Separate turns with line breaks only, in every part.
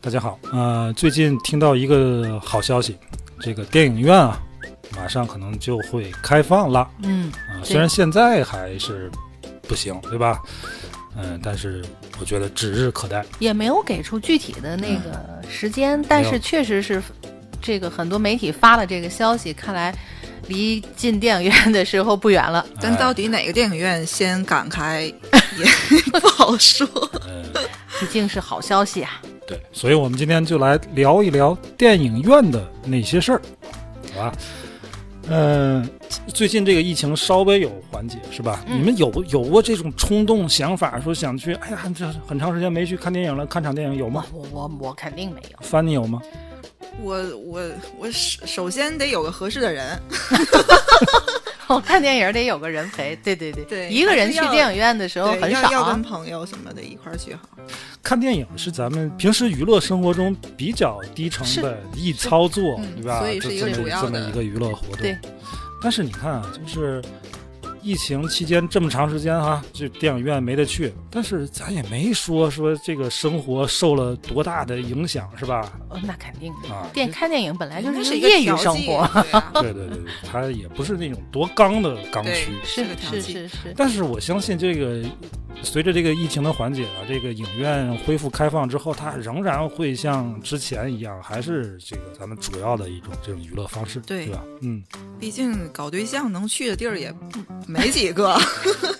大家好，呃，最近听到一个好消息，这个电影院啊，马上可能就会开放了啊、
嗯，
虽然现在还是不行，对吧？嗯、但是我觉得指日可待。
也没有给出具体的那个时间，但
没有
是确实是这个很多媒体发了这个消息，看来离进电影院的时候不远了。
但到底哪个电影院先敢开 也不好说。
嗯、
毕竟是好消息啊！
对，所以我们今天就来聊一聊电影院的那些事儿，好吧？嗯、最近这个疫情稍微有缓解，是吧？
嗯
你们有有过这种冲动想法，说想去？哎呀，这很长时间没去看电影了，看场电影有
我
吗？
我我我肯定没有，
翻你有吗？
我我我首首先得有个合适的人，
我看电影得有个人陪。对对对，
对
一个人去
还是要
电影院的时候
对，
很
要
少
要
啊、
跟朋友什么的一块儿去好。
看电影是咱们平时娱乐生活中比较低成本、易操作，
嗯
对吧？
所以
就是
一
这
个
么
主要
这么
的
一个娱乐活动。
对。
但是你看啊，就是疫情期间这么长时间哈、啊这电影院没得去，但是咱也没说说这个生活受了多大的影响，是 吧？
哦那肯定的。
啊，
电看电影本来就
那
是
是一个
业余
调
生
剂
活，，
对 啊
对对对对，它也不是那种多刚的刚
对
需。
是
个调
是
剂
是是，
但是我相信，这个随着这个疫情的缓解啊，这个影院恢复开放之后，它仍然会像之前一样，还是这个咱们主要的一种这种娱乐方式，
对
吧？嗯，
毕竟搞对象能去的地儿也没几个。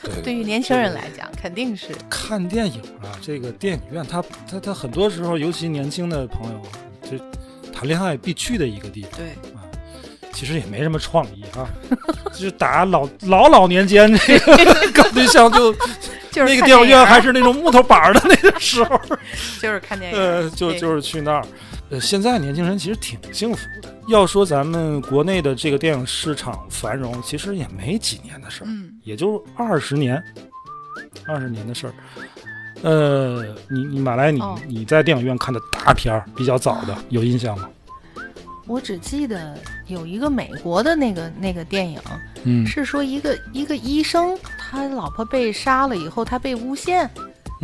对
对于年轻人来讲，肯定是
看电影啊，这个电影院它它它很多时候，尤其年轻的朋友，这谈恋爱必去的一个地方
对，
啊。其实也没什么创意 啊，就是打老老老年间这个搞对象 就
就是
那个
看
电影啊
儿
院还是那种木头板儿的那个时候，
就是看电影儿，
呃，就
对
就是去那儿。呃，现在年轻人其实挺幸福的。要说咱们国内的这个电影市场繁荣，其实也没几年的事儿，
嗯，
也就二十年，二十年的事儿。呃，你你马来你、
哦
你在电影院看的大片儿比较早的有印象吗？
我只记得有一个美国的那个那个电影，
嗯
是说一个一个医生，他老婆被杀了以后，他被诬陷。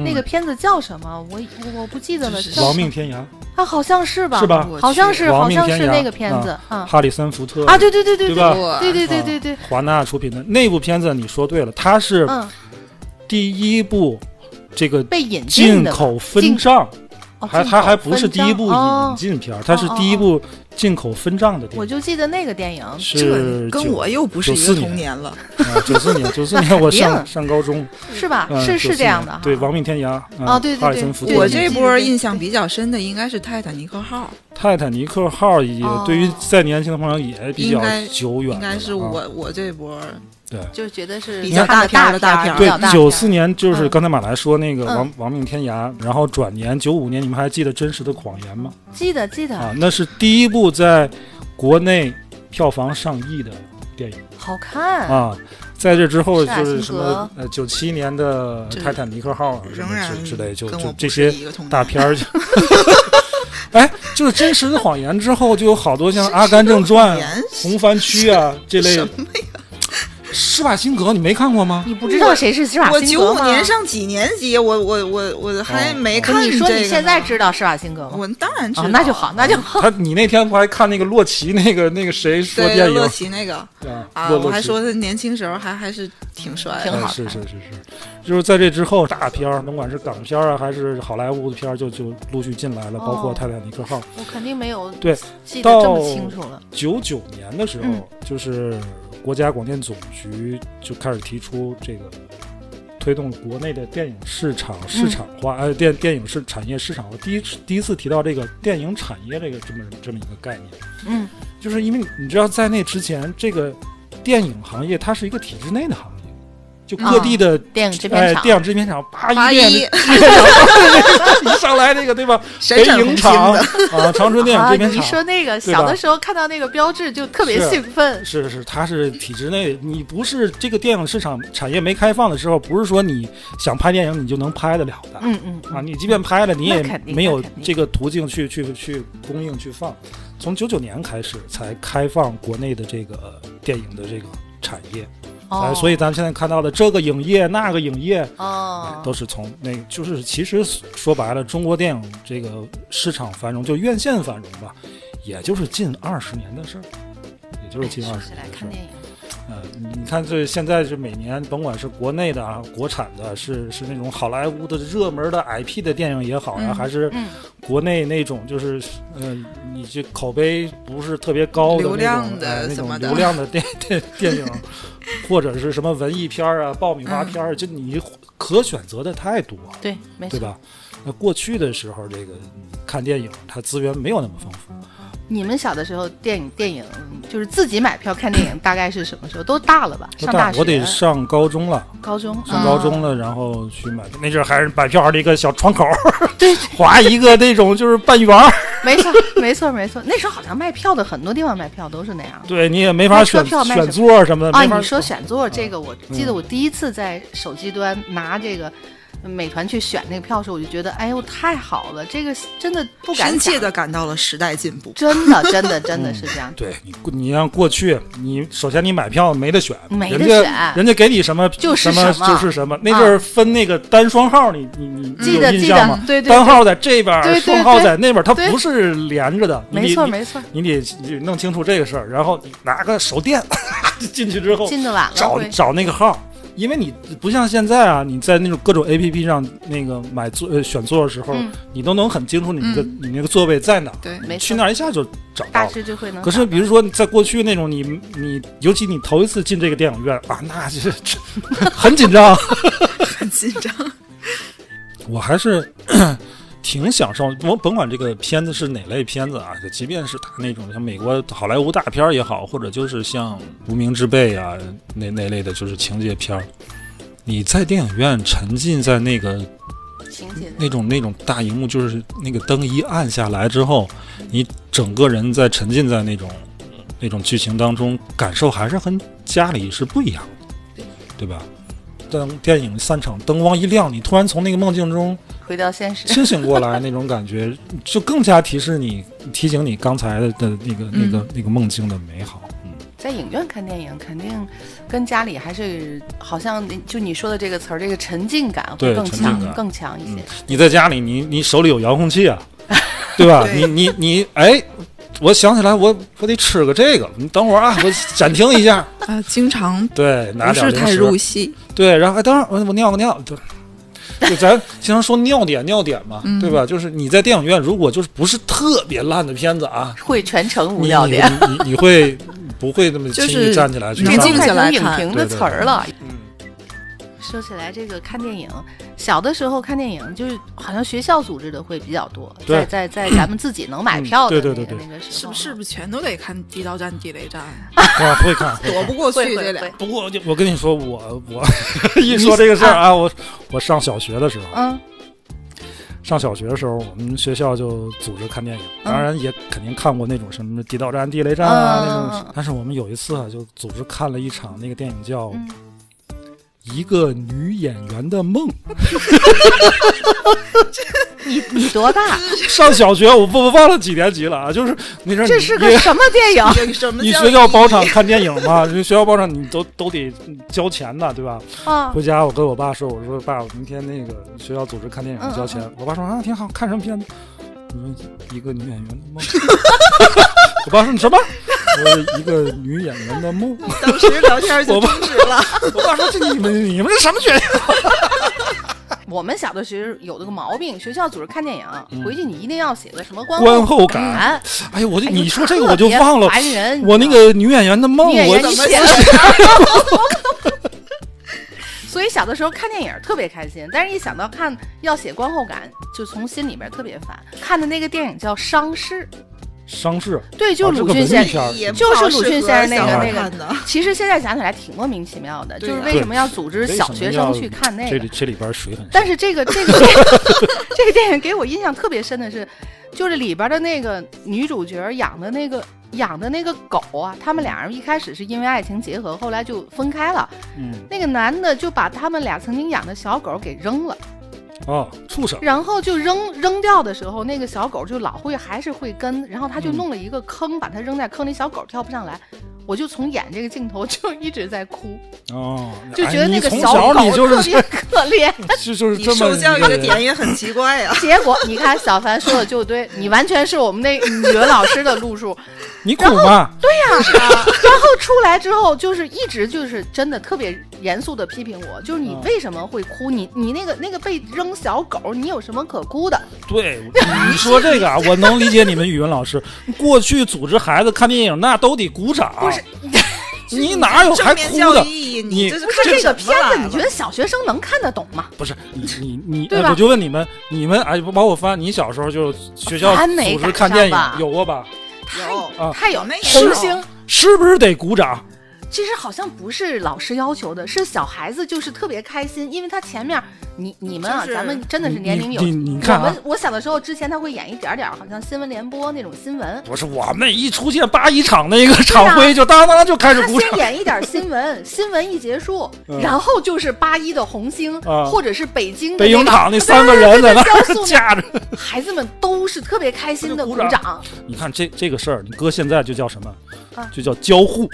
那个片子叫什么？我我我不记得了。
是
嗯
叫
亡
什
命天涯，
啊，好像是吧？
是吧
我
好像是，
亡
好
命
像
天
是
涯
那个片子啊
哈里森福特
啊！对对对对
对
对
吧？啊
我
对对对对对，
华纳出品的那部片子，你说对了，它是
嗯，
第一部这个
被引进
进
的吧，
口分
进
账
哦
还
进
它
口
还不
分
是第
赃
一部
哦
引进片儿，它是第一部进口分账的电
我
影。
就记得那个电影，
是
这跟
九
我又不是一
94
个
年
童年了。
九四年，九四年我
肯
上
定
上高中，
是吧？
嗯
是是
94
这样的哈
年对，《亡命天涯》嗯
哦对对
哈里
对
森福特
对
我
对
这
对
波
对
印象比较深的应该是《泰坦尼克号
泰坦尼克号》也
哦
对于在年轻的朋友也比较
应该
久》，远
应
的了啊，
该是我我这波
就觉得是
比较大
看的
片儿的
大
大片儿
比
对
较大片
九
儿
四年就是刚才马来说那个《
嗯
亡亡命天涯》，然后转年九五年，你们还记得《真实的谎言》吗？
记得记得，
啊，那是第一部在国内票房上亿的电影。
好看。
啊，在这之后
施瓦
就
辛
是什么
格
呃九七年的
这
《泰坦尼克号》啊什
仍
么
然
之之类，就
跟
就
我
这
不是
些
一个童年。
大片 儿就。 哎，就是真实的谎言之后，就有好多像《阿甘正传》《
言
红番区》 啊这类
什。
施瓦辛格，你没看过吗？
你不知道谁是施瓦
我
辛
九
格
五
吗？
年上几年级？我我我我还没
不
看
是
这
你
个呢。
说你现在知道施瓦辛格吗？
我当然知
哦啊
道，，
那就好，那就好。
他，你那天不还看那个洛奇那个那个谁说
对
电影
乐奇那个
啊？
啊，
洛
我还
洛奇
说他年轻时候还还是挺帅
挺
的。
哎
好
是
看
是是是，就是在这之后，大片儿，甭管是港片儿啊，还是好莱坞的片儿，就就陆续进来了，包括《
哦
泰坦尼克号》。
我肯定没有
嗯对
记得这么
到
清楚了。
九九年的时候，
嗯
就是国家广电总局就开始提出这个推动国内的电影市场市场化，呃，电电影市产业市场化。第一次第一次提到这个电影产业这个这么这么一个概念，
嗯，
就是因为你知道，在那之前，这个电影行业它是一个体制内的行业，就各地的
电影制片
哎
厂，
电影制片厂八
八
一电影
一
一上来那个对吧？
闪
北
闪
哎影
红心
厂
的，
啊，长春电影
啊，
制片
你
厂。
说那个
对
小
吧
的时候看到那个标志就特别
是
兴奋，
是是是，它是体制内，你不是这个电影市场产业没开放的时候，不是说你想拍电影你就能拍得了的。
嗯嗯
啊，你即便拍了，你也
那肯定
没有
那肯定
这个途径去去去供应去放。从九九年开始才开放国内的这个呃电影的这个产业，哎，
哦，
所以咱们现在看到的这个影业、那个影业，
哦，
都是从那，就是其实说白了，中国电影这个市场繁荣，就院线繁荣吧，也就是近二十年的事儿，也就是近二十
是
年
哎来
的事
看
儿。
电影，
呃，你看这现在是每年，甭管是国内的啊、国产的，是是那种好莱坞的热门的 IP 的电影也好呀、
嗯
还是
嗯，
国内那种就是，嗯、你这口碑不是特别高的那种
流量的
哎那
什
种
么的
流量的电电电影， 或者是什么文艺片儿啊、爆米花片
嗯
儿，就你可选择的太多了。
对，没
对
错。
吧？那过去的时候，这个嗯看电影，它资源没有那么丰富。
你们小的时候电影电影就是自己买票看电影，大概是什么时候？都大了吧？上大
但
学、
我得上高中了，
高中，啊
上高中
了。
了，然后去买。那阵儿还是买票的一个小窗口，
对，
划一个那种就是半圆儿，
没错， 没错，没错。那时候好像卖票的很多地方卖票都是那样。
对你也没法选
那车票卖什
选
么
座什么的。
啊，
呃没法
你说选座这个，我记得
嗯
我第一次在手机端拿这个美团去选那个票的时候，我就觉得，哎呦，太好了，这个真的不敢
深
想
切的感到了时代进步。
真的，真的，真的
嗯
是这样。
对你过，你让过去，你首先你买票没得选，
没得
人家
选
人家给你什么
就是
什
什么啊
就是什么。那阵儿分那个单双号，你你你你
记
嗯有
得
印
记
象
得
吗？，
对对
单
对，
号在这边
对
儿，
对
双号
对
在那边儿，它
对
不是连着的。你
没
得
错
你
没错，
你得弄清楚这个事儿，然后拿个手电 进去之后
进的晚了
找
会。
找那个号，因为你不像现在啊，你在那种各种 A P P 上那个买座呃选座的时候，
嗯，
你都能很清楚你那个、
嗯
你那个座位在哪儿，
对，
没
去
错
那，儿一下就找到
大
了。
致就会能
可
找到。
是，比如说你在过去那种你你，尤其你头一次进这个电影院啊，那就是 很紧张。 啊
很紧张。
我还是 挺享受，我甭管这个片子是哪类片子啊，就即便是他那种像美国好莱坞大片儿也好，或者就是像《无名之辈》啊那那类的，就是情节片儿。你在电影院沉浸在那个
情节的
那种那种大荧幕，就是那个灯一暗下来之后，你整个人在沉浸在那种那种剧情当中，感受还是和家里是不一样的
对，
对吧？当电影散场，灯光一亮，你突然从那个梦境中
回到现实，
清醒过来那种感觉，就更加提示你、提醒你刚才的的那个、那
嗯
个、那个梦境的美好。嗯，
在影院看电影肯定跟家里还是好像你就你说的这个词儿，这个沉浸感会
对
更
沉浸
强
感嗯
更强一些。
你在家里，你你手里有遥控器 啊，对吧？你
对
你你，哎，我想起来我，我得吃个这个，你等会儿啊，我暂停一 下。
啊，经常
对，拿
不
点
是
零
太
食
入。戏。
对，然后哎，等会儿我我尿个尿。对就咱经常说尿点尿点嘛，
嗯
对吧？就是你在电影院，如果就是不是特别烂的片子 啊，
会全程无
你
聊
你
点，
你你你会不会那么轻易
就是
站起来去上
你你
厕
已
所？
静下
经快
来
成影
看
评的
对对
词儿了。
嗯
说起来，这个看电影，小的时候看电影就是好像学校组织的会比较多，
对
在在在咱们自己能买票
嗯
的那
对
个、
对对对
那个时候，
是不
啊
是不是全都得看地道战、地雷战，
啊，会看。会
躲
看
不过去
会
这
会
俩
会？，
不过就我跟你说，我 我一说这个事儿啊，我我上小学的时候，
嗯，
上小学的时候，我们学校就组织看电影，
嗯
当然也肯定看过那种什么地道战、地雷战啊
嗯
那种。但是我们有一次啊，就组织看了一场那个电影叫《
嗯
一个女演员的 梦》。
你你多 大？
上小学我不忘了几年级了啊，就是那阵儿
这
你
是个什么 电影？
有什么
你
叫
学校包 场看电影嘛？人学校包场你都都得交钱的，对吧？
啊，
回家我跟我爸说，我说爸，我明天那个学校组织看电
嗯
影交钱。我爸说啊，挺好看什么片子？我说一个女演员的 梦。我爸说你什么？我说一个女演员的 梦。
当时聊天就终止了。
我爸说这你们你们是什么学校？
我们小的时候有这个毛病，学校组织看电影，
嗯
回去你一定要写个什么观
观
后
后感。
感。
哎呦，我就
哎呦
你说这个我就忘了
特别。烦人，
我那个女演员的梦，
女演
我
员
怎
你
么
写
写
的。 所以小的时候看电影特别开心，但是一想到看要写观后感，就从心里边特别烦。看的那个电影叫《伤逝》，
伤势，
对，就
哦这
鲁
个
迅
文
先
艺片儿
也
是
不好
就是鲁迅
适合
先生那
个
小
那
孩
个
看的，
其实现在想起来挺莫名其妙的，就
对
是
呀
为什么要组织
为
小
什
学
么要
生去看那
这
个
里？这里边水很深。
但是这个这个 这个电影给我印象特别深的是，就是里边的那个女主角养的那个养的那个狗啊，他们俩人一开始是因为爱情结合，后来就分开了。
嗯，
那个男的就把他们俩曾经养的小狗给扔了，
哦，畜生，
然后就扔扔掉的时候，那个小狗就老会还是会跟，然后他就
嗯
弄了一个坑，把它扔在坑里，小狗跳不上来。我就从演这个镜头就一直在哭，
哦，
就
哎
觉得
你
那个
从
小
小
狗
你就
特
是
别可怜。
就就是
你
这么
受教育
一个
的
人
点也很奇怪呀、
结果你看，小凡说的 就对，你完全是我们那语文老师的路数。
你苦吗？
然后出来之后，就是一直就是真的特别严肃的批评我，就是你
嗯
为什么会哭？你你那个那个被扔小狗，你有什么可哭的？
对，你说这个啊，我能理解你们语文老师过去组织孩子看电影，那都得鼓掌。
不是，
你哪有还
正面
哭
教
的
育？意义，
你
这是
不是
看
这个
什么
片
了
子，你觉得小学生能看得懂吗？
不是你你你，
对
哎
吧
我就问你们，你们哎，把我翻，你小时候就学校
还没
组织
赶
看电影
上吧
有过吧？
太
有
啊
太有
哦有那个
红
有
星，
是不是得鼓掌？
其实好像不是老师要求的，是小孩子就是特别开心，因为他前面你你们啊，
就是
咱们真的是年龄有
你你你看
我
啊
们，我小的时候之前他会演一点点儿，好像新闻联播那种新闻，
不是我们一出现八一厂那个厂徽，就当当当就开始
他
鼓掌
先。演一点新闻，新闻一结束，
嗯
然后就是八一的红星，
啊
或者是北京的
北影
那个啊
厂那三个人在那
对对对对
儿 架着，
孩子们都是特别开心的鼓
就鼓
掌。
你看这这个事儿，你搁现在就叫什么
啊？
就叫交互，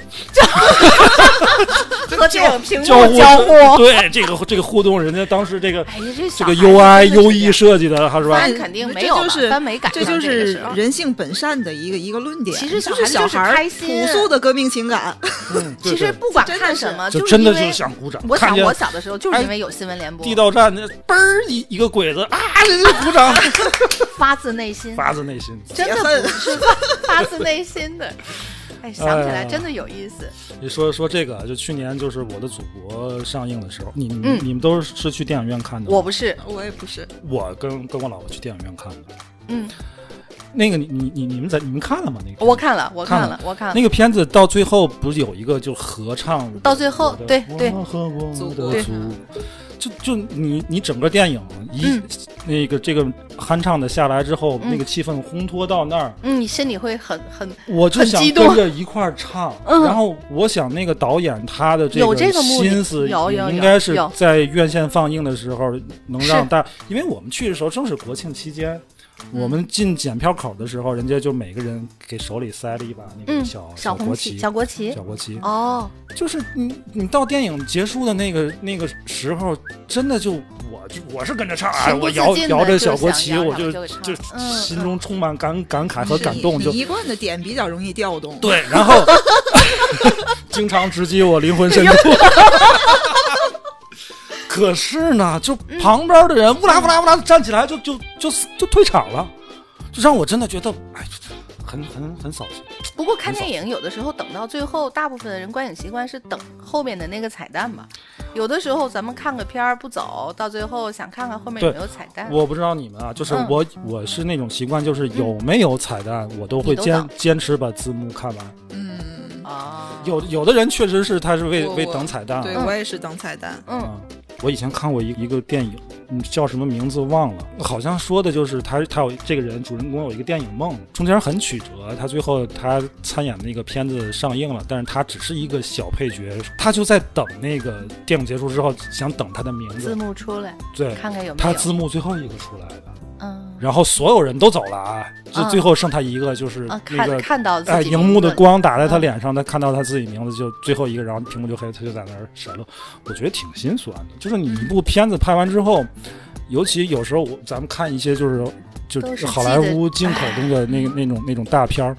和这个屏幕
互，
交 互。
对这个这个互动，人家当时这个
哎呀，这
这
小
个
孩子
UI
真的是
UE E 设计的，他是
这样，
吧？
但肯定没有吧
这就是
班没赶
这
上
就
这个
是
时候
人性本善的一个一个论点。
其实小
就是
孩子
小
就是
孩儿
开心
朴素的革命情感，
嗯，对
其实
对
不管
真的
看
是
什么，
就是真的
因为
就想鼓掌，
我
看
想
见
我小的时候就是
哎
因为有新闻联播
地，道战那嘣儿一一个鬼子啊，鼓掌，
发自内心，
发自内心。
真的
解
不
恨
是发发自内心的。哎，想起
哎
来
呀
真的有意思。
你说说这个，啊就去年就是《我的祖国》上映的时候，你你
嗯
你们都是去电影院看的吗？
我不是，
我也不是，
我跟跟我老婆去电影院看的。
嗯，
那个你你你你们在你们看了吗？那个片子
我看了，我
看
看
了
了，我看了。
那个片子到最后不是有一个就合唱的，
到最后
我的
对对
我和我的
祖
祖
国
国
对，
就就你你整个电影一、
嗯
那个这个酣畅的下来之后，
嗯
那个气氛烘托到那儿，
嗯，你心里会很很
我就
很
想
激动
跟着一块儿唱，
嗯
然后我想那个导演他的
有这个目的
心思
有有有
应该是
有
在院线放映的时候能
是嗯
让大，因为我们去的时候正是国庆期间，我们进检票口的时候，人家就每个人给手里塞了一把那个
嗯
小
小
国
红
旗，
旗、小国旗
小国旗，嗯
哦，
就是你你到电影结束的那个那个时候，真的就我就我是跟着唱，哎，
情不
我
自
摇
禁的
摇着
就
小国
想
旗，
摇
我就
着就唱
就
嗯
心中充满感感慨和
是
感
你
动，就
你一贯的点比较容易调动。
对，然后经常直击我灵魂深
哎
处。可是呢，就旁边的人乌拉乌拉乌拉地站起来就，就就就就退场了，就让我真的觉得，哎，很很很扫兴。
不过看电影有的时候等到最后，大部分人观影习惯是等后面的那个彩蛋吧。有的时候咱们看个片儿不走，到最后想看看后面有没有彩蛋。
我不知道你们啊，就是
哎嗯
我、我是那种习惯，就是有没有彩蛋，我都会
你都
坚
等
坚持把字幕看完。
嗯，
啊，
有有的人确实是他是为
我
为
我
等彩蛋啊，
对
嗯
我也是等彩蛋。
嗯，
啊，我以前看过一一个电影，嗯，叫什么名字忘了，好像说的就是他，他有这个人，主人公有一个电影梦，中间很曲折，他最后他参演的那个片子上映了，但是他只是一个小配角，他就在等那个电影结束之后，想等他的名
字
字，
幕出来
对，
看看有没
他
有。
字幕最后一个出来的，
嗯
然后所有人都走了啊，就
啊
最后剩他一个，就是
啊，
那
看
个。
看到自
哎，
己
荧幕的
名字
光打在他
嗯
脸上，他看到他自己名字就最后一个，然后屏幕就黑，他就在那儿闪了。我觉得挺心酸的，就是你一部片子拍完之后，尤其有时候我咱们看一些就是
都
就是好莱
记哎嗯
坞进口的那个那种那种大片儿，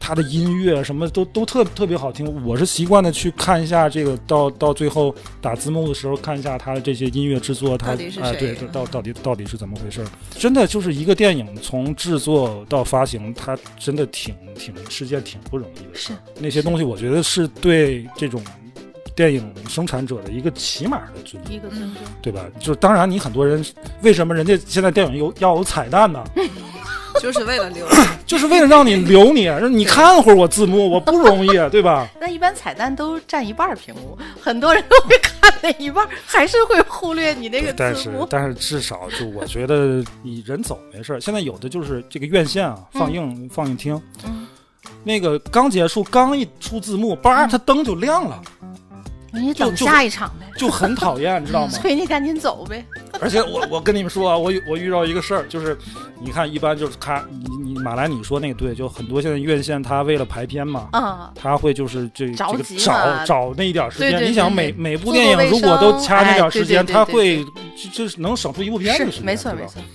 它的音乐什么都都特特别好听。我是习惯的去看一下这个，到到最后打字幕的时候看一下它的这些音乐制作，它
到底是
哎
谁
对，
嗯
到到底到底是怎么回事儿？真的就是一个电影从制作到发行，它真的挺挺是件挺不容易的事儿。那些东西，我觉得是对这种电影生产者的一个起码的尊重。
一个尊重。
对吧？就是当然，你很多人为什么人家现在电影有要有彩蛋呢？
就是为了留。
就是为了让你留你，让你看会儿我字幕，我不容易，啊对吧？
那一般彩蛋都占一半儿屏幕，很多人都会看那一半儿，还是会忽略你那个
但
字
是
幕。
但是至少就我觉得你人走没事儿。现在有的就是这个院线啊，放映、放映厅，
嗯
那个刚结束刚一出字幕，叭，它灯就亮了，
你
就
等
就嗯
下一场呗，
就很讨厌，你知道吗？
催你赶紧走呗。
而且我我跟你们说啊，我遇我遇到一个事儿，就是你看一般就是咔，你你马来你说那个对，就很多现在院线它为了排片嘛。
啊、
他会就是这
着
这个
急
找
嘛
找那一点儿时间，
对对
你想
对
每
对
每部
做
电
做
影
卫
如果都
生
掐那
哎
点儿
对
时
对
间，
对
他
对
会这这是能省出一部片的时
是
间，
没错
对吧
没错。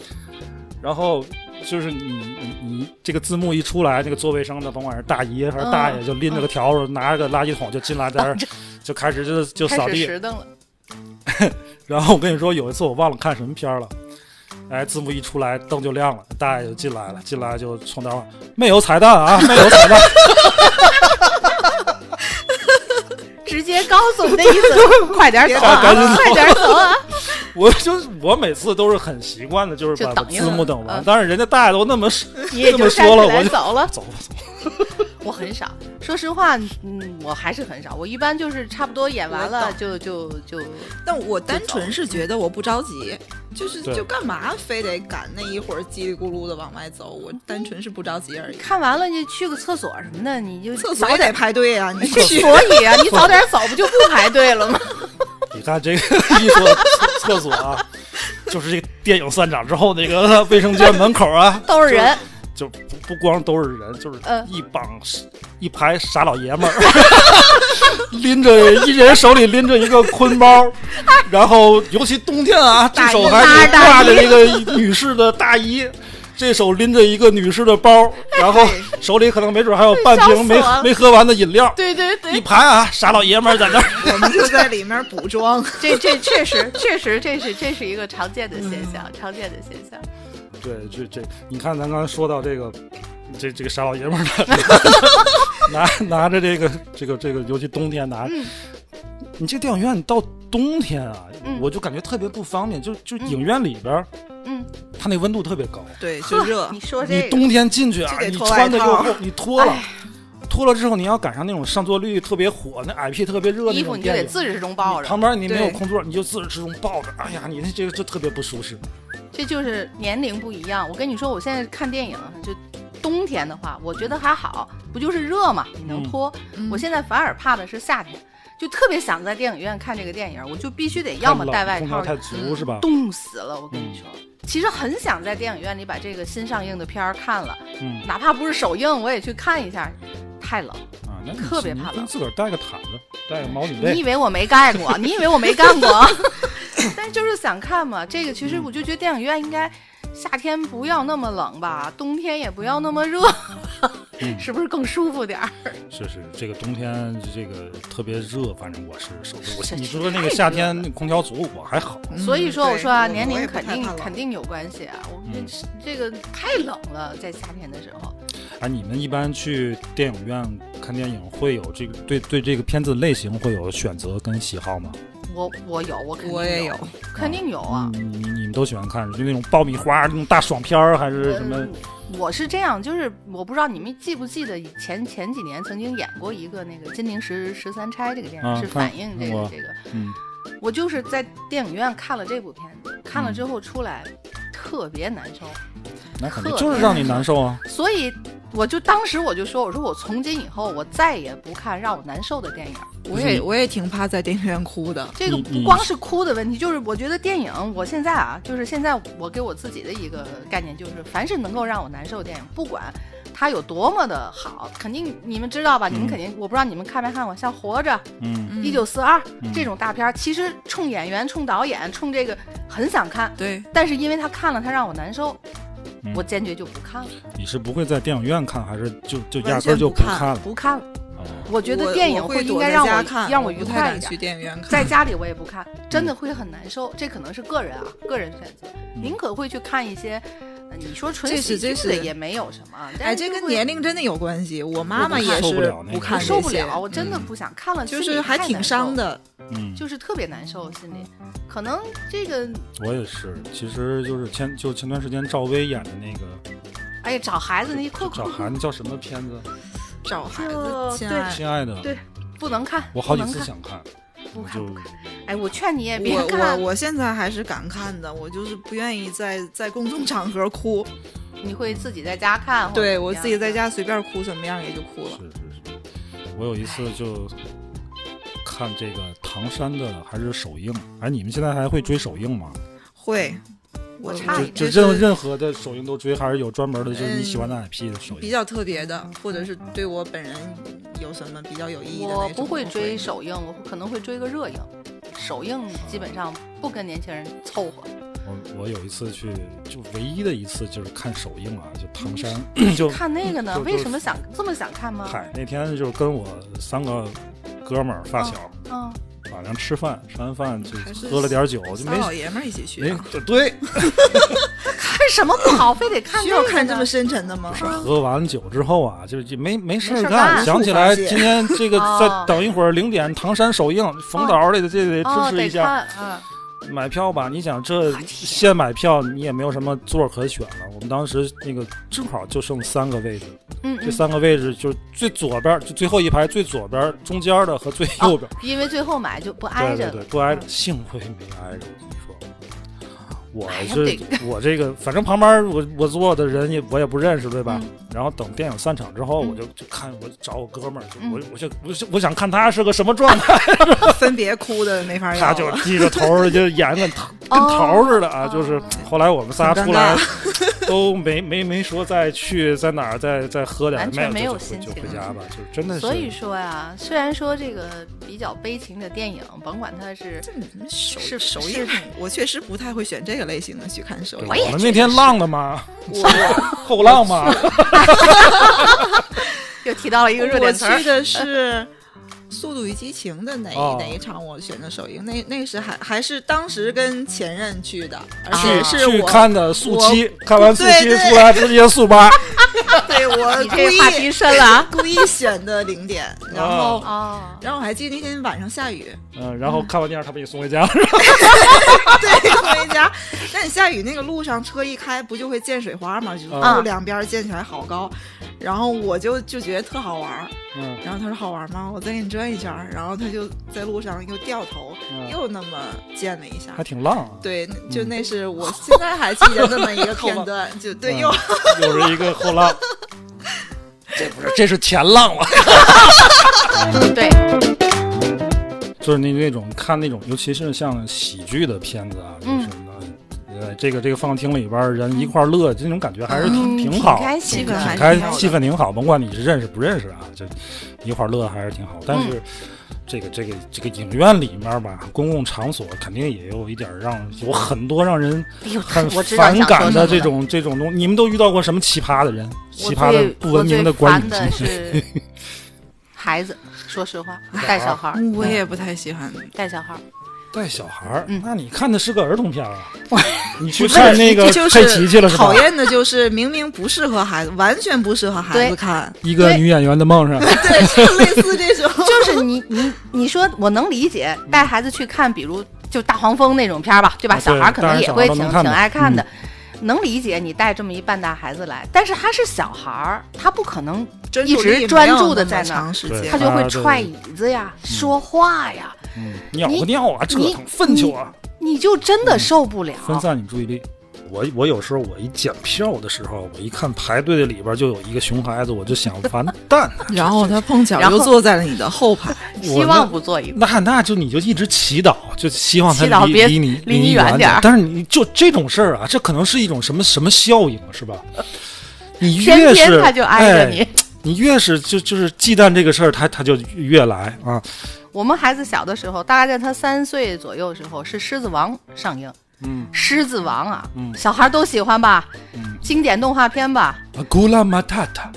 然后就是你你你这个字幕一出来，那个做卫生的甭管是大姨还是大爷，
嗯
就拎着个笤帚，拿着个垃圾桶就进来，在那儿 就开始就就扫
哦开始
地。
拾掇了，
然后我跟你说，有一次我忘了看什么片儿了，哎，字幕一出来，灯就亮了，大爷就进来了，进来就冲大伙儿没有彩蛋 啊，没有彩蛋。
直接告诉我们的意思，快点走、啊，
别走
快点走啊！
我就是我每次都是很习惯的，就是把
就等一会
字
儿
幕等完。
嗯
但是人家大爷都那么
你也
这么
就站
说了
起来
我就
走了。
走吧走吧，
我很少，说实话，嗯，我还是很少。我一般就是差不多演完
我
了就就就，
但我单纯是觉得我不着急，就是
嗯对
就干嘛非得赶那一会儿叽里咕噜的往外走？我单纯是不着急而已。
看完了你去个厕所什么的，你就
厕所
早
也得
点。
排队 啊，你去
所以啊，你早点走不就不排队了吗？
你看这个一说厕厕所啊，就是这个电影散场之后那 个卫生间门口啊，
都是人，
就不不光都是人，就是
嗯
一帮、一排傻老爷们儿， 拎着一人手里拎着一个坤 包，然后尤其冬天啊，这
大
手
衣
还
拉
得
着大
挂着
衣
这个女士的大衣。这手拎着一个女士的包，然 后手里可能没准还有半
笑
瓶
死
没
我了
没喝完的饮料，
对对
一
对，
排啊，傻老爷们儿在那儿。
我们就在里面补妆。
这这确实确实这是这是一个常见的现象，常见的现象。
对，这这，你看咱刚才说到这个，这这个傻老爷们儿的 拿拿着这个这个这个，尤其冬天拿，
嗯
你这电影院到冬天啊，
嗯
我就感觉特别不方便，就就
嗯
影院里边儿，
嗯，
它那温度特别高，
对，就热
你。说
你
这个，
冬天进去啊
就，得
你
脱
穿的
外
又
套
厚，你脱了
哎。
脱了之后，你要赶上那种上座率特别火、那 IP 特别热那
衣服
种
你就
电
得
影，
自始至终抱着，
旁边你没有
对
空座，你就自始至终抱着。哎呀，你那这个就特别不舒适。
这就是年龄不一样。我跟你说，我现在看电影啊就。冬天的话，我觉得还好，不就是热嘛，你
嗯
能脱。我现在反而怕的是夏天，就特别想在电影院看这个电影，我就必须得要么
太
戴
冷空
外套
调，太足是吧？嗯
冻死了。我跟你说，其实很想在电影院里把这个新上映的片儿看了，
嗯
哪怕不是首映，我也去看一下。太冷，
啊，那你
特别
你
怕
就
冷
自个儿带个毯子，带个毛巾
你
被
以。为我没干 过？你以为我没干过？但是就是想看嘛。这个其
嗯
实我就觉得电影院应该夏天不要那么冷吧，冬天也不要那么热，
嗯
是不是更舒服点儿？
是是，这个冬天这个特别热，反正我是受不了。我
是
你
是
说那个
太
夏
热
天那空调足，我还好。
嗯
所以说，我
对
说啊，
我
年
我也
龄
不
肯
太怕
定
冷嗯
肯定有关系啊。我们这这个太冷了，在夏天的时候，
哎，你们一般去电影院看电影会有这个对对这个片子类型会有选择跟喜好吗？
我我有，我肯定
我也有，嗯
肯定有啊。
你你你们都喜欢看就那种爆米花那种大爽片儿，还是什么？
嗯我是这样，就是我不知道你们记不记得以前前几年曾经演过一个那个《金陵十十三钗》这个电影，
啊
是
看
反映这
我
个这个。
嗯，
我就是在电影院看了这部片子，看
嗯
了之后出来、特别难受，
那肯定
特
就是
别嗯
让你
难
难受啊。
所以我就当时我就说，我说我从今以后我再也不看让我难受的电影。
我
就是
也我也挺怕在电影院哭的。
这个
你
不
你
光是哭的问题，就是我觉得电影，我现在啊，就是现在我给我自己的一个概念，就是凡是能够让我难受的电影，不管它有多么的好，肯定你们知道吧？你们
嗯
肯定，我不知道你们看没看过，像《活着》
嗯
《一九四二》
嗯
这种大片儿，其实冲演员、冲导演、冲这个很想看，
对，
但是因为他看了，他让我难受
嗯，
我坚决就不看了，
你是不会在电影院看，还是就就压
完
根
全
儿就
不
不
看
看了？
不看了。
哦
我觉得
我
电影
我会
应
躲
该
在
让
家
我
看，
让
我
愉
不
快
太敢
一点
去。嗯电影院看。
在家里我也不看，真的会很难受。这可能是个人啊，个人选择，
嗯
宁可会去看一些，呃你说纯
这是
喜剧
这
的
是
也没有什么。但
哎，
是
这
就
跟
会
年龄真的有关系。我妈妈
我
也
受不
是
了那
不
个
我
看，
受不了，我真的不想看了，
嗯就
心里
是还
太
挺
难
伤
受，
的。
嗯，
就是特别难受，心里可能这个
我也是，其实就是前就前段时间赵薇演的那个
哎呀，找孩子那快快
找孩子叫什么片子？
找孩
就
子亲
对
爱的
亲爱的，
对不能看，
我好几
不能
次
看
想看，
不
我
看
就
不哎，我劝你也别
我我
看，
我现在还是敢看的，我就是不愿意在在公众场合哭。
你会自己在家看或者
对
怎么
我
哦样
自己在家随便哭什么样也就哭了。
是是是，我有一次就看这个唐山的还是首映，哎，你们现在还会追首映吗？
会，我
差
我
一
就
就
任
是
任何的首映都追，还是有专门的，就是你喜欢的 IP 的首
比
映。
较特别的，或者是对我本人有什么比较有意义的那种。
我不会追首映，我可能会追个热映。首映基本上不跟年轻人凑合，
我我有一次去，就唯一的一次就是看首映啊，就唐山，就
看那个呢？
就
为什么想这么想看吗？
嗨，那天就是跟我三个哥们儿发小
嗯，
晚上吃饭，吃完饭就
还是
喝了点酒，就
仨
没
老爷们儿一起去
没
啊，
就对，
看什么不好，非得看
需要
这个
看这
呢
么深沉的吗？
是喝完酒之后啊，就就没没事
没
儿
事儿干
想起来
无处发泄
今天这个
哦
再等一会儿零点唐山首映，冯导得这得
哦，
支持
得
一下，
看，嗯，
买票吧。你想这现买票你也没有什么座儿可选了，我们当时那个正好就剩三个位置，
嗯
这
嗯，
三个位置就是最左边儿就最后一排最左边儿中间儿的和最右边儿，
嗯因为最后买就不挨
对
着
对对
了，，
不挨着，幸亏没挨着。我跟你说。我
哎呀
是
得
我这个，反正旁边我我坐的人也我也不认识，对吧？
嗯
然后等电影散场之后，
嗯
我就就看我找我哥们儿，就
嗯
我我就我就我想看他是个什么状态， 啊
分别哭的没
哎
法要
他
了。
就低着头儿就演跟头跟
哦
头儿似的啊！
哦
就是后来我们仨
很尴
出来 都没没没说再去在哪儿再再喝点儿，
完全
没
没有
就就
心
就
情
回家吧，就真的是。
所以说呀，虽然说这个比较悲情的电影，甭管它是
这你们首
是
首
是
映，我确实不太会选这个类型的去看首
对
映
我。
也
们
觉
那
得
天
是
浪了吗？
我
后浪 吗？
又提到了一个热
我
点词儿
去，的是《速度与激情》的哪一
哦
哪一场，我选的首映。那那是还还是当时跟前任去的，而且
啊
去
是
去
我
看的速七，看完速
对
七
对
出来直接速八，
对我
你
故
这个话
意。
题深了啊
故意选的零点，然后
哦，
然后我还记得那天晚上下雨，
嗯，然后看完电影他把你送回家，
对，回家。那你下雨那个路上车一开，不就会溅水花吗？就是
嗯
啊
路两边溅起来好高，然后我就就觉得特好玩儿。
嗯，
然后他说好玩吗？我再给你转一圈儿。然后他就在路上又掉头，
嗯
又那么溅了一下
还。挺浪啊，
对，那就那是我现在还记得那么一个片段，就对，
嗯
又
又是一个后 浪，这不是这是前浪了，
对，
就是那那种看那种，尤其是像喜剧的片子啊，就是
嗯
那呃这个这个放厅里边儿人一块儿乐，这种感觉还是挺
嗯
挺好，
开心
这个
的，
还
挺
是
开
挺好的
气氛挺好，甭管你是认识不认识啊，就一块儿乐还是挺好。但
嗯
是这个这个这个影院里面吧，公共场所肯定也有一点儿让有很多让人
哎呦
很
我知道
反
你想说
感的
什么
这种这种东西。你们都遇到过什么奇葩的人？
我
奇葩的
最
不文明的管理
我最烦的是 孩子，说实 话，
啊
带小孩儿，
嗯我也不太喜欢。
带小孩儿，
带小孩儿，
嗯
那你看的是个儿童片儿啊？ 你去看那个
就
佩奇去了
是
是吧
讨？厌的就是明明不适合孩子，完全不适合孩
对
子 看，
一个女演员的梦是吧？
对，就类似这种。
就是你你你说我能理解带孩子去看，比如就大黄蜂那种片儿吧，对
嗯
吧？
啊对
小孩儿
当
可能
然
也
小孩
会
儿都
挺
能看
挺
的嗯
爱看的。能理解你带这么一半大孩子来，但是他是小孩儿，他不可能
专
一
注
直
力
专
没有
注地
那么
在那儿
长时
对
间
他，就
啊
会
对
踹椅子呀、说话呀，
嗯，尿个尿啊，折
你
腾粪球啊，
你就真的受不了。
分散你注意力。我我有时候我一检票的时候，我一看排队的里边就有一个熊孩子，我就想完蛋，
然后他碰巧
然后
又坐在了你的后排，
希望不做一个，
那那就你就一直祈祷，就希望
祈祷
他离
别
离你
离你
你
远
远
点儿
但是你就这种事儿啊，这可能是一种什么什么效应啊是吧？你越
呃天
是
天他就挨着
哎
你。
你越是就就是忌惮这个事儿，他他就越来啊，
我们孩子小的时候，大概在他三岁左右的时候，是《狮子王》上映。
嗯，
《狮子王》啊，
嗯
小孩都喜欢吧？
嗯
经典动画片吧？
古拉马塔塔，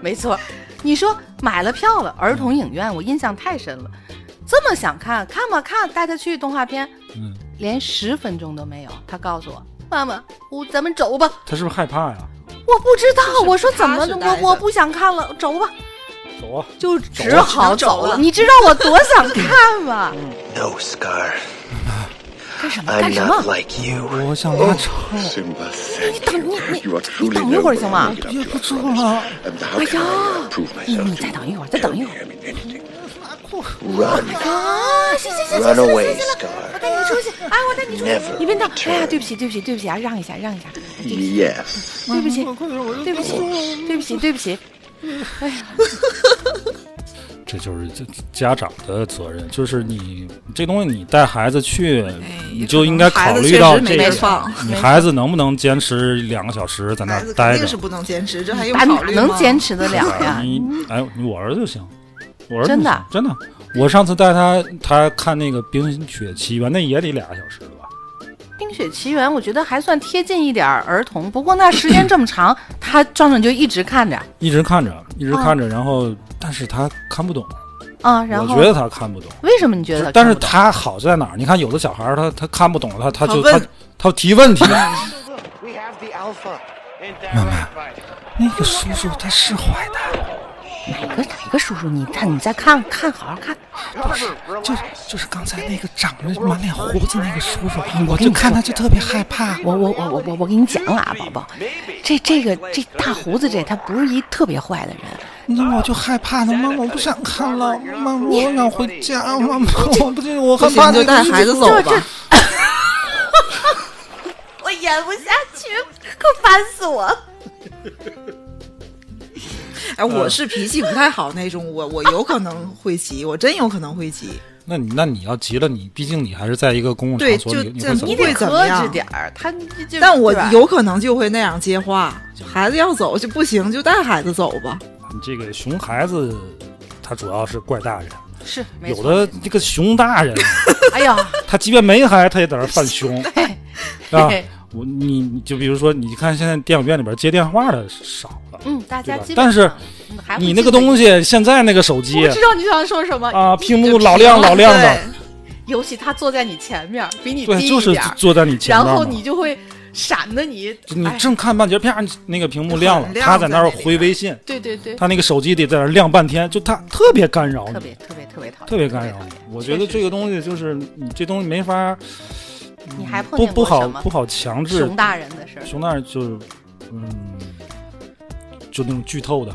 没错。你说买了票了，儿童影院，我印象太深了。这么想看，看吧看，带他去动画片，
嗯，
连十分钟都没有。他告诉我：“妈妈，我咱们走吧。”
他是不是害怕呀？
我不知道，我说怎么
踏实待
我
着
我不想看了，走吧，
走啊，
就只好
走了
走了。你知道我多想看吗？
No, Scar.
干什么？干
I'm
什么
not？like you.
哎我想拉臭，
Simba, thank
Don't
you.
need me.
You are truly
Don't
noble.
worry so much.
and living up
憋
to
不啊住了，
你你
your promise. And how can I not prove myself to
再
you?
等一会儿，再
Tell
等
me
一会儿
I'm in anything.
Run.
行行行
Run
行
away,
行行行
Scar.
我带你出去啊，我带你出
Never
去，你别闹。哎呀，对不起，对不起，对不起啊，让一下，让一下，对不起，
Yes.
对不起，对不起，对不起，对不起。哎呀，
这就是这家长的责任，就是你这东西你带孩子去，
哎
你就应该考虑到这
孩
个
子确实没地儿放，
你孩子能不能坚持两个小时在那
孩
儿
子
待
肯定
着
是？不能坚持，这还用
咱
考
哪
虑吗？
嗯能坚持得了 呀？
你
嗯
哎，你我儿子就行，我儿子
真的
就行真的，我上次带他他看那个《冰雪奇缘》，那也得俩小时了吧？
《冰雪奇缘》我觉得还算贴近一点儿儿童，不过那时间这么长，他壮壮就一直看着
一直看着，一直
哦
看着，然后但是他看不懂，
啊。然
我
后
觉得他看不懂。
为什么你觉得看不懂？
但是他好在哪儿？你看有的小孩儿他他看不懂，他他就
他
他
问
他提问 题。
We have the alpha.
妈妈，那个叔叔他是坏蛋，
哪个哎哪个叔叔？你看你再看看，好好看。
就是就是刚才那个长着满脸胡子那个叔叔，啊嗯我就看他就特别害怕。
我我我我我我给你讲啊，宝宝，这这个这大胡子这他不是一特别坏的人，
那我就害怕了，妈妈我不想看了，妈妈我想回家，妈妈 我不行，我害怕
不行，
那
就
个
带孩子走吧。
我演不下去，快烦死我了。
哎，
嗯
我是脾气不太好那种，我我有可能会急，我真有可能会急。
那你那你要急了，你毕竟你还是在一个公共
对
场所，
就
你你
这
会怎
你
么办？
得会怎么样
克制点儿，他这就
但我
对吧
有可能就会那样接话，就孩子要走就不行，就带孩子走吧。
你这个熊孩子，他主要是怪大人，
是没
有
错
的这个熊大人，
哎呀，
他即便没孩，他也在那儿 犯凶， 啊
嘿。
我你你就比如说，你看现在电影院里边接电话的少了，
嗯，大家
对吧
基本
但是
上嗯还会
你那个
记得
东西现在那个手机
我知道你想说什么
啊，屏
就
幕老亮老亮的，
对
尤其他坐在你前面，比你
对，
低
就
一
是
点儿，
坐在你前
然
面嘛
后你就会闪的你，
你
哎，
正看半截，啪，那个屏幕亮了，
很亮
他在那儿
在那里
回微信，
对对对，
他那个手机得在那儿亮半天，就他特别干扰
嗯特
你，
别特别特别讨
嗯
厌，
特别干扰
讨
你
厌。
我觉得
确实
这个东西就是你这东西没法，
你还碰
不不
见过
好
什么
不好强制
熊。大人的事儿，
熊大人就是，嗯，就那种剧透的。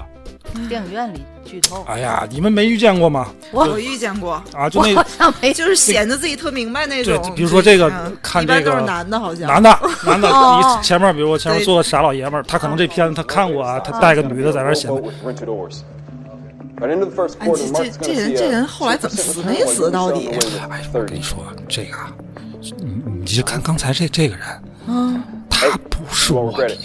电影院里剧透，
哎呀，你们没遇见过吗？
我遇见过，
啊，就
我
那
好像没
就是显得自己特明白那
对
种。
比如说这个
嗯
看
一般
这个
都是男的，好像
男 的，男的，
哦
你前面比如我前面
对嗯
坐个傻老爷们儿，他可能这片子他看过啊，他带个女的在那儿显摆，
哎，这这这人这人后来怎么死没死到底？
哎，我跟你说这个啊，你你就看刚才这这个人，嗯，他不是卧底，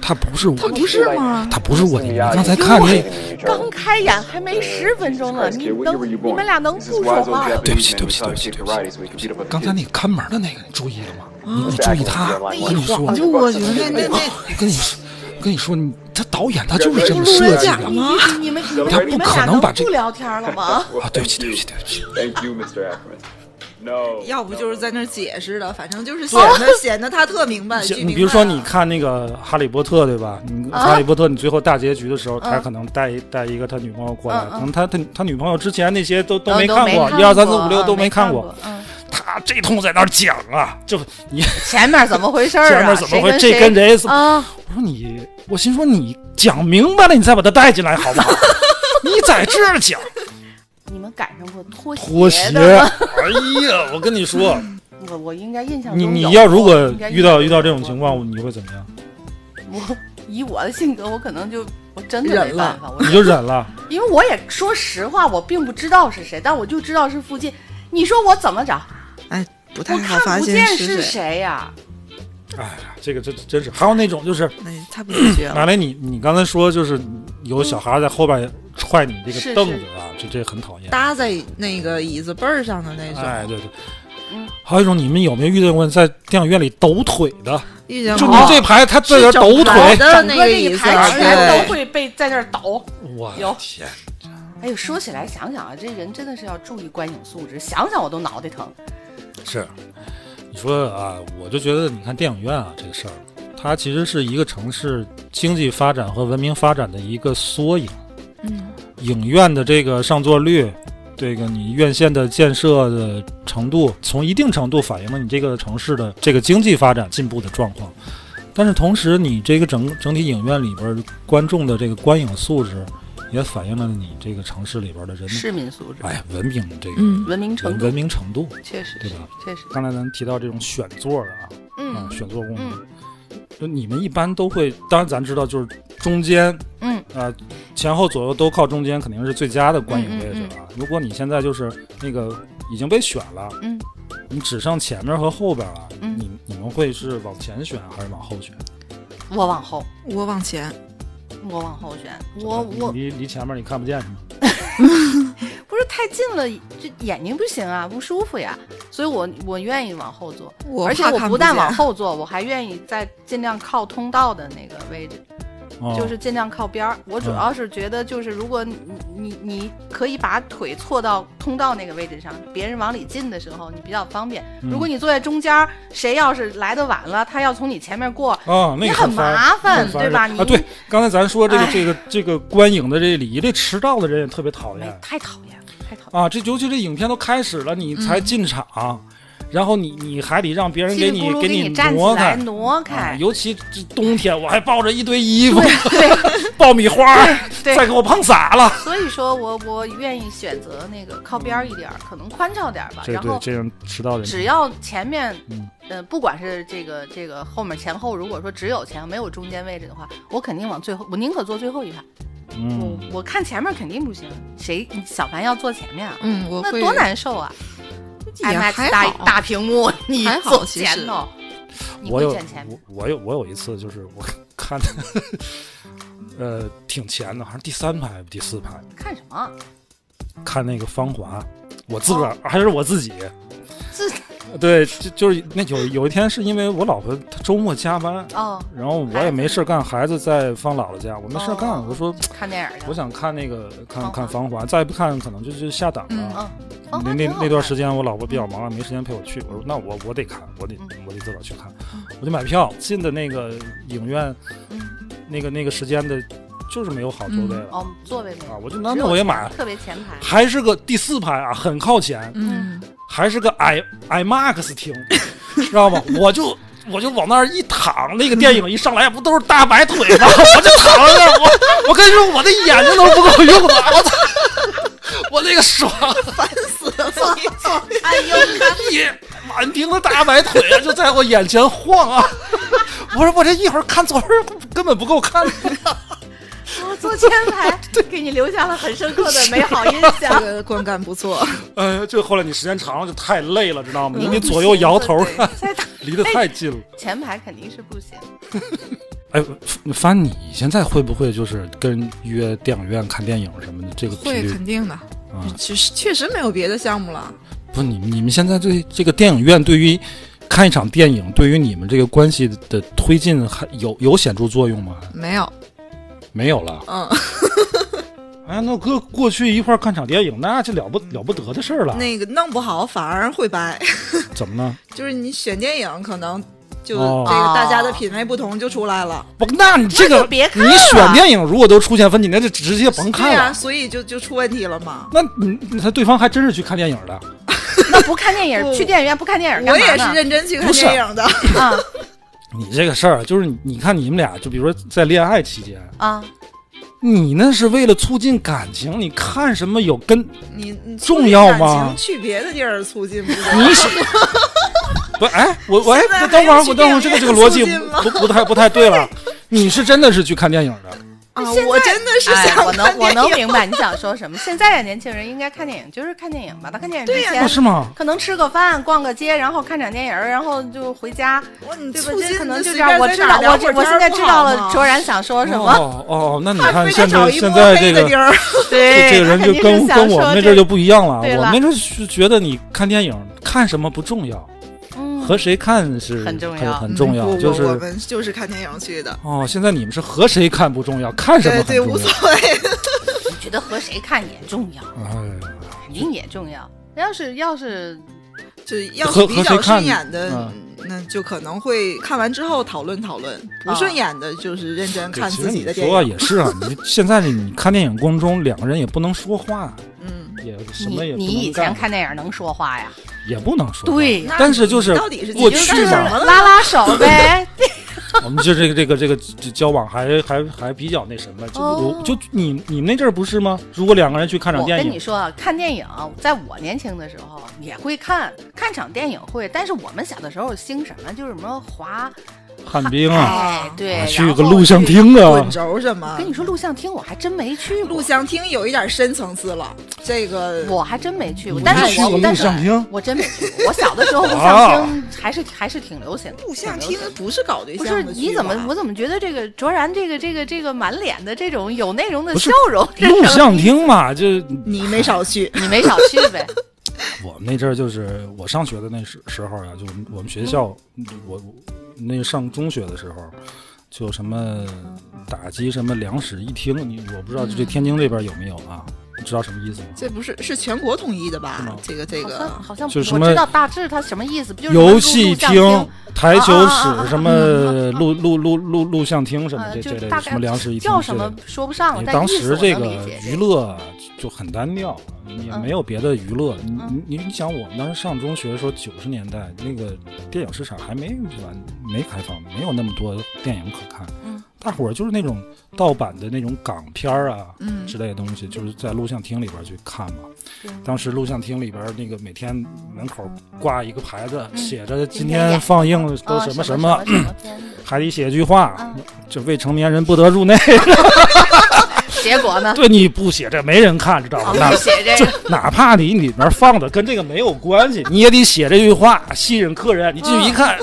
他不是卧底，
不是吗？
他不是卧底。你刚才看那，
刚开演还没十分钟呢，你能你们俩能不说话吗？
对不起，对不起，对不起，对不起，对不起，刚才那个看门的那个，你注意了吗？你你注意他，我跟你说，
就我觉得那那 那
我跟你说，我跟你说，你他导演他就是这么设计的
你
你你你们你们
他不
你们
可
俩
能
能
把这
不聊天了吗？
啊！对不起，对不起，对不起，
Thank you, Mr. Ackerman. No.
要不就是在那儿解释的，反正就是显得显得他特明
呃
白。
你比如
啊
说，你看那个《哈利波特》，对吧？你《哈利波特》，你最后大结局的时候，他可能带一带一个他女朋友过来，
嗯嗯
可能他他他女朋友之前那些都都没
都
看过，一二三四五六
嗯
都没
没
看
过
过。。
嗯，
他这通在那儿讲啊，就你
前面怎么回事儿啊？
前面怎么回？这
谁
跟
跟
谁？
啊？
我说你，我心说你讲明白了，你再把他带进来好不 好？你在这儿讲
你们赶上过拖
拖鞋，
的吗？
哎呀，我跟你 说，
我我应该印象中
你你
有
要如果
应该
遇
有
到遇到这种情况，你会怎么样？
我以我的性格，我可能就我真的没
忍
办
了
法，我
你就忍了。
因为我也说实话，我并不知道是谁，但我就知道是附近。你说我怎么找？
哎，不
我
太好
看
发
不
现
见
是谁，
是谁呀、
哎呀，这个真真是，还有那种就是，
那太不自觉了。
马雷，你你刚才说就是有小孩在后边踹你这
是
个凳子啊，这这很讨厌。
搭在那个椅子背儿上的那种，
哎，对对
嗯。
还有一种，你们有没有遇见过在电影院里抖腿的？
遇见
就你
过
这排，他在这儿抖
是整
腿，
排的
整
那
个
个
这一
椅子
排全
对
都会被在这儿倒。
我
有
天！
哎呦，说起来想想啊，这人真的是要注意观影素质，想想我都脑袋疼。
是，你说啊，我就觉得你看电影院啊这个事儿，它其实是一个城市经济发展和文明发展的一个缩影。嗯，影院的这个上座率，这个你院线的建设的程度，从一定程度反映了你这个城市的这个经济发展进步的状况。但是同时，你这个整整体影院里边儿观众的这个观影素质，也反映了你这个城市里边儿的人，
市民素质、
哎呀，文明这个、
嗯
文明程
文
度
文，明程度。
确实
对
是
吧，
确实。
刚才咱提到这种选座的啊，
嗯
嗯，选座功能
嗯，
就你们一般都会，当然咱知道就是中间
嗯，
啊，前后左右都靠中间，肯定是最佳的观影
嗯嗯
位置啊。如果你现在就是那个已经被选了，
嗯，
你只剩前面和后边了，
嗯
你你们会是往前选还是往后选？
我往后，
我往前，
我往后选，我
你
我
离离前面你看不见是吗？
不是太近了，这眼睛不行啊，不舒服呀，所以我我愿意往后坐，
我
而且
怕
我
看
不但
见
往后坐，我还愿意在尽量靠通道的那个位置，
哦、
就是尽量靠边儿。我主
嗯
要是觉得，就是如果你你你可以把腿错到通道那个位置上，别人往里进的时候你比较方便。
嗯
如果你坐在中间儿，谁要是来的晚了，他要从你前面过，
哦，那
你
个
很
烦
麻烦，
很
对
人
吧？你
啊，对，刚才咱说这个
哎
这个这个观影的这礼仪，这迟到的人也特别讨
没
厌
太讨厌了，太讨厌了。
啊。这尤其这影片都开始了，
嗯
你才进场，然后你你还得让别人
叽
给
里咕噜
给
你站起
挪
来
开。
挪
啊
开，
尤其这冬天，我还抱着一堆衣服、
对哎
爆米花儿，
对
再
对，
给我碰洒了。
所以说我我愿意选择那个靠边儿一点儿，可能宽敞点儿吧，
这
然
对
后
这样迟到的人，
只要前面
嗯，
呃，不管是这个这个后面前后，如果说只有前没有中间位置的话，我肯定往最后，我宁可坐最后一排。我
嗯，
我看前面肯定不行，谁小凡要坐前面啊？
嗯，我
那
会
多难受啊
也
！IMAX
还
大
好
大屏幕，你
还好
坐
其
前
实
头，你
我
会
有
选前面
我我有我有一次就是我 看的，呃，挺前的，好像第三排第四排
看什么？
看那个《芳华》，我自个儿、还是我自己，
哦自
对，就就是那有有一天是因为我老婆她周末加班，
哦，
然后我也没事儿干，孩子在放姥姥家，我没事儿干，
哦
我说
看电影去
我
了。
想看那个看看《
芳
芳华》，再不看可能就就下档了。
嗯
嗯，芳
那那
华挺好
那段
看
时间，我老婆比较忙，没时间陪我去。我说那我我得看，我得
嗯嗯
我得自个儿去看，我就买票进的那个影院，那个那个时间的，就是没有好座位
嗯
了
哦，座位没
啊！
有，
我就那
只
那
有
我也
前
买，
特别前排。
还是个第四排啊，很靠前，
嗯，
还是个 i imax 厅， 知道吗？我就。我就往那儿一躺，那个电影一上来不都是大白腿吗？ 我就躺在那儿，我我跟你说，我的眼睛都不够用的，我操！我那个爽，
哎呦，
一满屏的大白腿啊，就在我眼前晃啊！我说我这一会儿看左边根本不够看，
我坐前 排，给你留下了很深刻的美好印
这
象。
个观感 不错，
哎呀，这后来你时间长了就太累了，知道吗？你
嗯
你左右摇头
对，
离得太近了。
前排肯定是不行，
哎，翻你现在会不会就是跟约电影院看电影什么的这个频
会
率
肯定的
啊？
确实确实没有别的项目了。
不，你你们现在对这个电影院对于看一场电影，对于你们这个关系的推进还有有显著作用吗？
没有，
没有了。
嗯，
哎，那哥过去一块儿看场电影，那这了不了不得的事儿了。
那个弄不好反而会掰，
怎么呢？
就是你选电影可能就
哦
这个大家的品味不同就出来了。
不，那你这
那
个
就别看
你
了啊
选电影如果都出现问题，那就直接甭
对
看
呀，
了。
所以就就出问题了嘛。
那你你他对方还真是去看电影的，
那不看电影，
不
去电影院不看电影干
我
嘛
也
呢
是认真去看
不是
电影的，
啊
你这个事儿就是你，你看你们俩，就比如说在恋爱期间，
啊，
你那是为了促进感情，你看什么有 跟
你你促
重
进
要
感
吗
情去别的地儿促进不就行
你是不哎，我我哎
现在，还
等会儿
有
我
去
等会儿这个
电影
这个逻辑
院促进吗
不不太不太对了，你是真的是去看电影的，
啊？我真的是
哎，
想
我
看
能我
电
能
影
明白你想说什么。现在的年轻人应该看电影，就是看电影吧。他看电影之
哎对呀
哦
前
是吗？
可能吃个饭、逛个街，然后看场电影，然后就回家，
我你
对吧？
促进
这可能
你
就
随
这样。
便
我
在
知
哪
道，
儿
我
聊
知
会
我
天
现在
儿不
知道
好
了
吗
卓然想说什么。
哦哦，那你
还
看
非得
现
找
在
一
现
摸
在
黑
这
的
个
地儿， 哎
对，
这个人
他
就
肯定
跟
是想
跟我
说
们那
这
阵儿就不一样了，
对
我
了
们那阵儿就觉得你看电影看什么不重要，
嗯
和谁看是
很重要
很重要，
我
就
嗯我我
是
们就是看电影去的，
哦，现在你们是和谁看不重要，看什么
对
很
对，无
重要
所。谓。
你觉得和谁看也重要，
哎，
肯定也重要。要是要是
就是要
和
是比
和谁
较顺
看
眼的
嗯，
那就可能会看完之后讨论讨论；
啊
不顺眼的，就是认真看
其
自
实
己
你
的电
说啊
影。
也是啊，你现在你看电影过程中两个人也不能说话，
嗯，
也什么
你
也不
你
能
以前
干
看电影能说话呀？
也不能说话
对
那
但是就是
你到底是
我
解决
去
干什
哪
么
儿，
了
拉拉手 呗。
我们就这个这个这个这交往还还还比较那什么，就
哦
我就你你们那阵儿不是吗？如果两个人去看场
我
电
跟你
影，
说，啊看电影，在我年轻的时候也会看，看场电影会，但是我们小的时候兴什么，就是什么滑，
旱冰啊，
哎，对，
啊
然
去
后
个录像
去。
厅啊
滚，轴什么
跟？你说录像厅，我还真没去过，
录像厅有一点深层次了，这个
我还真没去过
你。
但
没去
是
过
我但
录
是
像厅
我真没去过。我小 的时候录像厅还是还是挺流行的。
录像
挺流
厅
行的
不是搞对
不
象
是
的区吧
你怎么我怎么觉得这个卓然这个这个这个满脸的这种有内容的
不是
笑容，这
录
是
像厅嘛，就
你没少去，
你没少去呗？
我们那阵儿就是我上学的那时时候啊，就我们我们学校，我我那个上中学的时候，就什么打击什么两室一厅，你我不知道这天津这边有没有啊？你知道什么意思吗？
这不是是全国统一的
是
吧
吗？
这个这
好
个
像好像
就是什
我
么
知道大致它什么意思，不就是
游
录
戏
录像
厅、台球
啊啊啊啊
室、
啊
什么录录录录录像厅什么
呃
这这
就
类
大
的，
概
什么两室一厅
叫
之
什
类的
么说不上了
你，
啊但
当
意思
时
我
这
能
个
理解
娱乐就很单调，也
嗯
没有别的娱乐。你
嗯
你你想，我们当时上中学的时候，九十年代那个电影市场还没完没开放，没有那么多电影可看。
嗯
大伙儿就是那种盗版的那种港片儿啊，
嗯
之类的东西，就是在录像厅里边儿去看嘛。
嗯
当时录像厅里边儿那个每天门口挂一个牌子，
嗯
写着今
今天
天
演
放映的都
啊
什
什么
什
么
么，嗯
什么片子
还得写一句话
啊，
这未成年人不得入内。
结果呢？
对你不写这没人看，知道吗？
我
那
们啊写这
就
个，
哪怕你里面放的跟这个没有关系，你也得写这句话吸引客人。你进
嗯
去一看，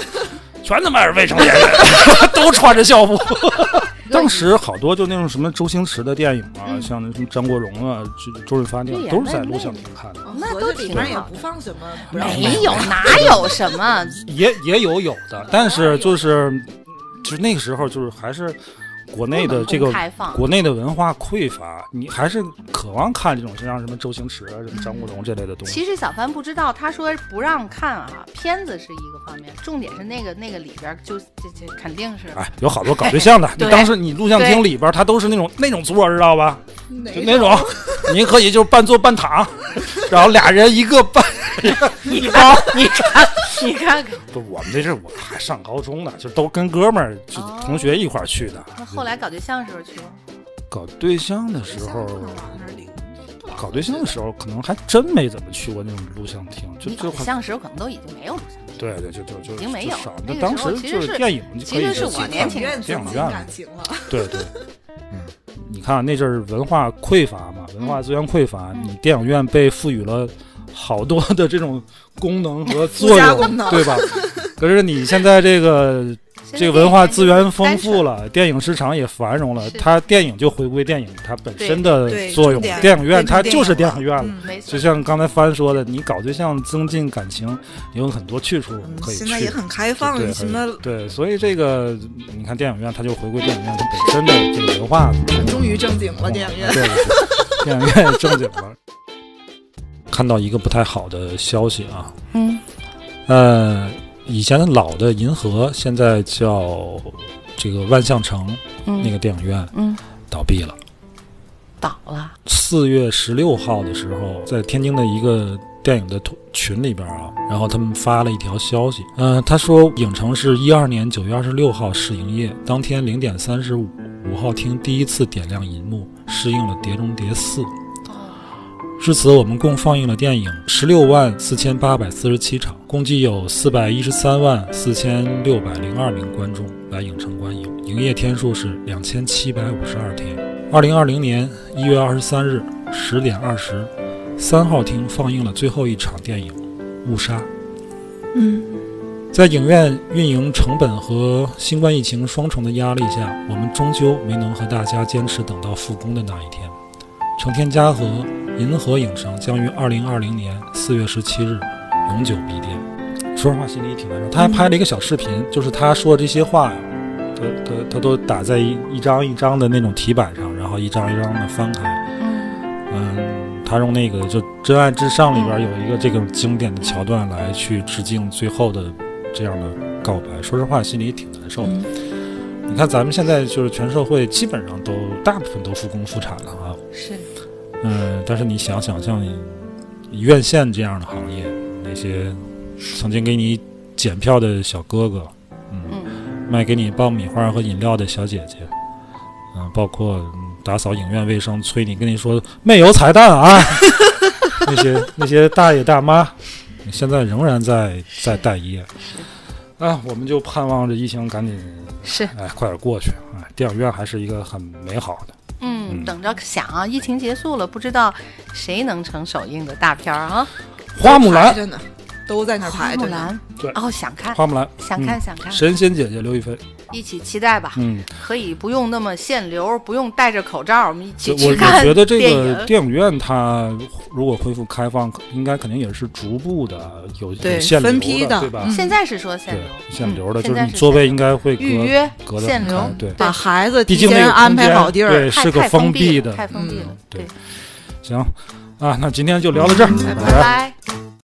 全他妈是未成年人， 都穿着校服。 当时好多就那种什么周星驰的电影啊，
嗯
像那什么张国荣啊、周周润发电影，
对呀
都是在录像厅看的。
那
合
都
着里
挺
面也
好
不放什么，不让
那
没有哪有什么，
也也有有的，但是就是就是那个时候就是还是国内的这个
不能公开放
国内的文化匮乏，你还是渴望看这种像什么周星驰啊、什么张国荣这类的东西。
其实小凡不知道，他说不让看啊，片子是一个方面，重点是那个那个里边儿就这这肯定是
哎，有好多搞对 象的。你
对
当时你录像厅里边儿，他都是那种那种座儿，知道吧？
哪
就那种，你可以就是半坐半躺，然后俩人一个 半一包。
你看，你看看。
不，我们这是我还上高中呢，就都跟哥们儿、就
哦
同学一块儿去的。
那后来搞对象时候去吗？
搞对象的时候，
不老
搞对象的时候可能还真没怎么去过那种录像厅，就
你搞
就
对象时候可能都已经没有录像厅。
对对，就就就
已经没
就
有
少
了。那
那
个
当
时候
时
其
就
实
是
是
电影就可
其
以
实
就是去
我
看
年轻
院
电影
增进
院
感情了，
对对，嗯，你看啊那阵儿文化匮乏嘛，文化资源匮乏，
嗯
你电影院被赋予了好多的这种功能 和作
加
用
功，能
对吧？可是你现在这个 这个文化资源丰富了，电影市场也繁荣了
是，
它电影就回归电影它本身的
对对
作用
重，点
电影院
对
它
重
就是
电
电
影
影院了。
嗯，
没错
就，像刚才帆说的，你搞对象增进感情，有很多去处
嗯
可以去。
现在也很开
对
放，
对
什么
对，所以这个你看电影院，它就回归电影院它本身的这个文化。
终于正经了，电影院。
对，对对电影院正经了。看到一个不太好的消息啊，
嗯，
呃，以前老的银河现在叫这个万象城
嗯
那个电影院
嗯
倒闭了。
倒了，
四月十六号的时候，在天津的一个电影的群里边啊，然后他们发了一条消息，嗯、他说影城是一二年九月二十六号试营业，当天零点三十五五号厅第一次点亮银幕，试映了《碟中谍四》。至此，我们共放映了电影十六万四千八百四十七场，共计有四百一十三万四千六百零二名观众来影城观影，营业天数是两千七百五十二天。二零二零年一月二十三日十点二十，三号厅放映了最后一场电影《误杀》。
嗯，
在影院运营成本和新冠疫情双重的压力下，我们终究没能和大家坚持等到复工的那一天。成天嘉禾银河影城将于二零二零年四月十七日永久闭店。说实话，心里挺难受。他还拍了一个小视频，就是他说这些话呀，他他他都打在一一张一张的那种题板上，然后一张一张的翻开。
嗯，
嗯，他用那个就《真爱至上》里边有一个这个经典的桥段来去致敬最后的这样的告白。说实话，心里也挺难受的。你看咱们现在就是全社会基本上都大部分都复工复产了啊，
是
嗯，但是你想想像院线这样的行业，那些曾经给你检票的小哥哥，嗯，卖给你爆米花和饮料的小姐姐，嗯、包括嗯打扫影院卫生，催你跟你说没有彩蛋 啊，那些那些大爷大妈，现在仍然在在待业。啊，我们就盼望着疫情赶紧，
是，
哎，快点过去。哎，电影院还是一个很美好的。
嗯，等着想啊，疫情结束了，不知道谁能成首映的大片儿啊？
花木
排
兰，
着呢，都在那儿排
木
着呢。
兰
对，
哦，想看，
花木兰，
想
嗯
看，想看，
神仙姐姐刘亦菲，
一起期待吧。
嗯，
可以不用那么限流，不用戴着口罩，我们一
这
起
我
去
我
看
觉得这
电
个
影。
电影院它如果恢复开放，应该肯定也是逐步的有有
对
限流
分批的
对吧？
嗯
现在是说限
对
流，，
限流的，
嗯
就
现在
是
是
你座位应该会隔
预约
隔得
限
很
流
开，对，
把孩子
毕
提
竟那
前
个
安
空
排
间
好地儿
对，，
太
是个
太封
闭
了太封闭
嗯
了，
对行啊，那今天就聊到这儿，
拜拜
拜
嗯拜。